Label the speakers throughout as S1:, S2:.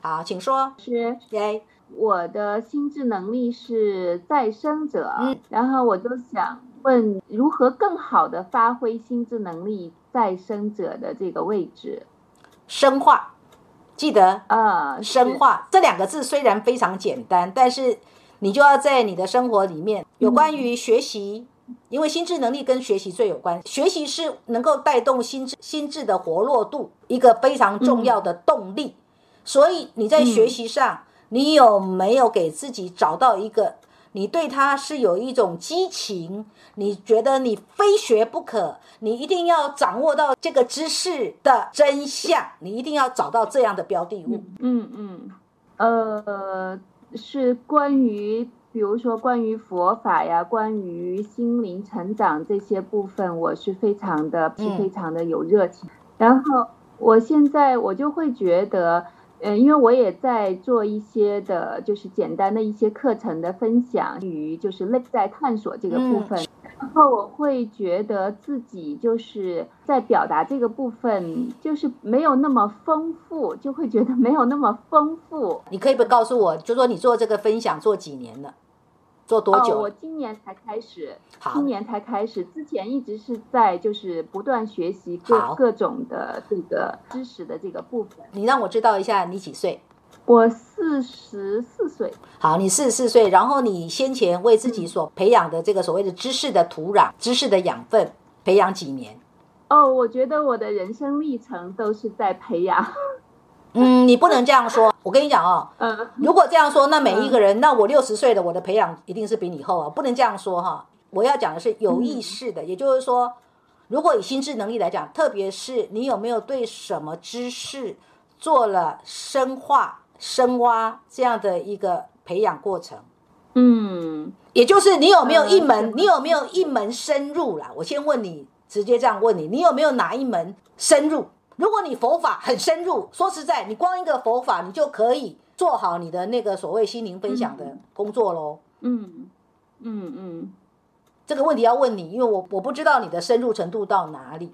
S1: 好，请说。哎
S2: 是
S1: 谁？
S2: 我的心智能力是再生者，
S1: 嗯
S2: 然后我就想问，如何更好的发挥心智能力再生者的这个位置？
S1: 生化，记得
S2: 呃，是
S1: 生化这两个字虽然非常简单，但是你就要在你的生活里面有关于学习，因为心智能力跟学习最有关，学习是能够带动心智心智的活络度一个非常重要的动力。所以你在学习上，你有没有给自己找到一个你对它是有一种激情，你觉得你非学不可，你一定要掌握到这个知识的真相，你一定要找到这样的标的物。
S2: 嗯嗯，呃，是关于比如说关于佛法呀，关于心灵成长这些部分，我是非常的是
S1: 嗯
S2: 非常的有热情。然后我现在我就会觉得，嗯、因为我也在做一些的，就是简单的一些课程的分享，于就是内在探索这个部
S1: 嗯
S2: 分。然后我会觉得自己就是在表达这个部分，就是没有那么丰富，就会觉得没有那么丰富。
S1: 你可以不告诉我，就说你做这个分享做几年了，做多
S2: 哦，
S1: 久
S2: 我
S1: 了？
S2: 今年才开始，
S1: 好
S2: 今，年才开始，之前一直是在就是不断学习各
S1: 好
S2: 各种的这个知识的这个部分。
S1: 你让我知道一下你几岁。
S2: 我四十四岁，
S1: 好，你四十四岁，然后你先前为自己所培养的这个所谓的知识的土壤、知识的养分，培养几年？
S2: 哦，我觉得我的人生历程都是在培养，
S1: 嗯，你不能这样说。我跟你讲哦，
S2: 嗯
S1: 如果这样说，那每一个人，那我六十岁的我的培养一定是比你厚啊，不能这样说哈。我要讲的是有意识的，也就是说，如果以心智能力来讲，特别是你有没有对什么知识做了深化、深挖这样的一个培养过程，
S2: 嗯
S1: 也就是你有没有一
S2: 嗯
S1: 门，
S2: 对
S1: 你有没有一门深入啦？我先问你，直接这样问你，你有没有哪一门深入？如果你佛法很深入，说实在，你光一个佛法，你就可以做好你的那个所谓心灵分享的工作喽。
S2: 嗯嗯嗯
S1: 这个问题要问你，因为我我不知道你的深入程度到哪里，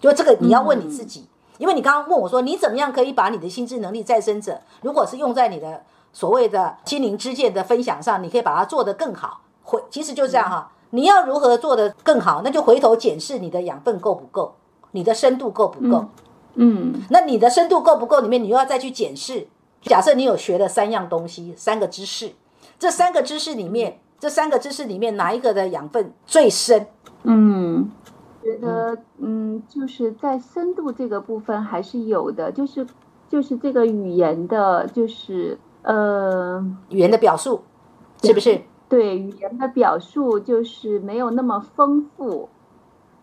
S1: 就这个你要问你自己，因为你刚刚问我说你怎么样可以把你的心智能力再生者，如果是用在你的所谓的心灵之见的分享上，你可以把它做得更好。回其实就这样哈，你要如何做得更好，那就回头检视你的养分够不够，你的深度够不够。
S2: 嗯嗯
S1: 那你的深度够不够？里面你又要再去检视。假设你有学了三样东西，三个知识，这三个知识里面，这三个知识里面哪一个的养分最深？
S2: 嗯，觉得嗯，就是在深度这个部分还是有的，就是就是这个语言的，就是呃，
S1: 语言的表述，是不是？
S2: 对语言的表述就是没有那么丰富，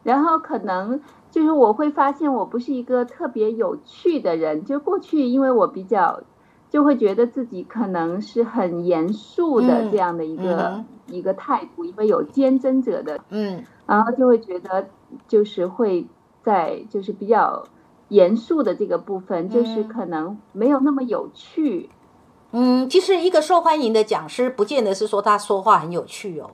S2: 然后可能就是我会发现我不是一个特别有趣的人，就过去因为我比较就会觉得自己可能是很严肃的
S1: 嗯
S2: 这样的一个、
S1: 嗯
S2: 一个态度，因为有坚贞者的，
S1: 嗯，
S2: 然后就会觉得就是会在就是比较严肃的这个部分，就是
S1: 嗯
S2: 可能没有那么有趣，
S1: 嗯，其实一个受欢迎的讲师，不见得是说他说话很有趣哦，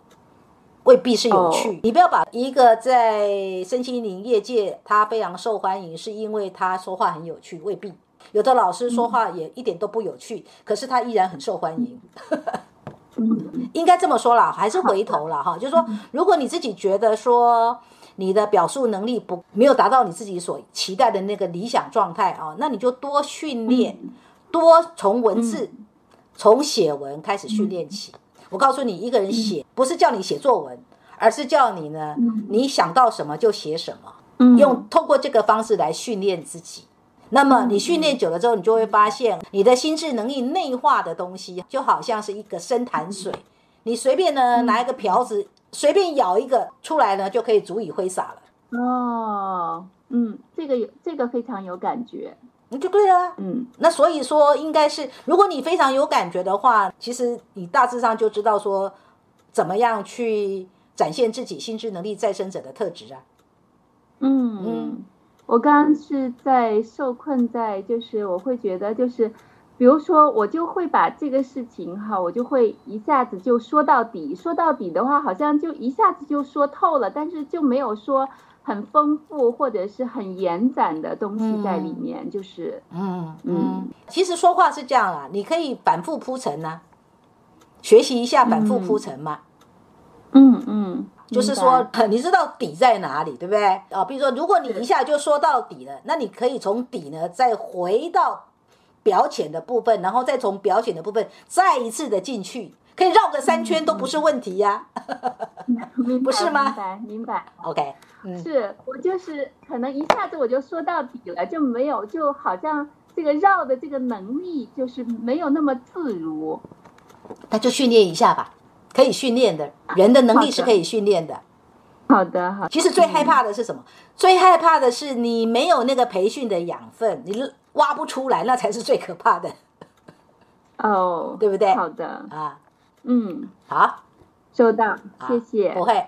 S1: 未必是有趣。
S2: 哦
S1: 你不要把一个在身心灵业界他非常受欢迎，是因为他说话很有趣，未必。有的老师说话也一点都不有趣，可是他依然很受欢迎。
S2: 嗯
S1: 应该这么说啦，还是回头了哈，就是说，如果你自己觉得说你的表述能力不没有达到你自己所期待的那个理想状态啊，那你就多训练，多从文字、从写文开始训练起。我告诉你，一个人写不是叫你写作文，而是叫你呢，你想到什么就写什么。
S2: 嗯
S1: 用透过这个方式来训练自己。那么你训练久了之后，你就会发现你的心智能力内化的东西，就好像是一个深潭水，你随便呢拿一个瓢子，随便舀一个出来呢，就可以足以挥洒了。
S2: 哦，嗯，这个有这个非常有感觉，
S1: 你就对了啊。
S2: 嗯
S1: 那所以说，应该是如果你非常有感觉的话，其实你大致上就知道说怎么样去展现自己心智能力再生者的特质啊。
S2: 嗯
S1: 嗯
S2: 我刚刚是在受困在，就是我会觉得就是。比如说，我就会把这个事情哈，我就会一下子就说到底，说到底的话，好像就一下子就说透了，但是就没有说很丰富或者是很延展的东西在里面，就是
S1: 嗯嗯
S2: 嗯，
S1: 其实说话是这样啊啦，你可以反复铺陈呐、学习一下反复铺陈嘛，
S2: 嗯嗯，
S1: 就是
S2: 明白
S1: 说你知道底在哪里，对不对？啊，比如说，如果你一下就说到底了，那你可以从底呢再回到表浅的部分，然后再从表浅的部分再一次的进去，可以绕个三圈都不是问题呀、
S2: 明白
S1: 不是吗
S2: 明白明白。
S1: OK，嗯
S2: 是我就是可能一下子我就说到底了，就没有就好像这个绕的这个能力就是没有那么自如。
S1: 那就训练一下吧，可以训练的，人的能力是可以训练的。
S2: 好的，好的，
S1: 其实最害怕的是什么？最害怕的是你没有那个培训的养分，你挖不出来，那才是最可怕的，
S2: 哦，
S1: 对不对
S2: 好的，
S1: 啊！
S2: 嗯，
S1: 好，
S2: 收到
S1: 啊，
S2: 谢谢
S1: 不。会。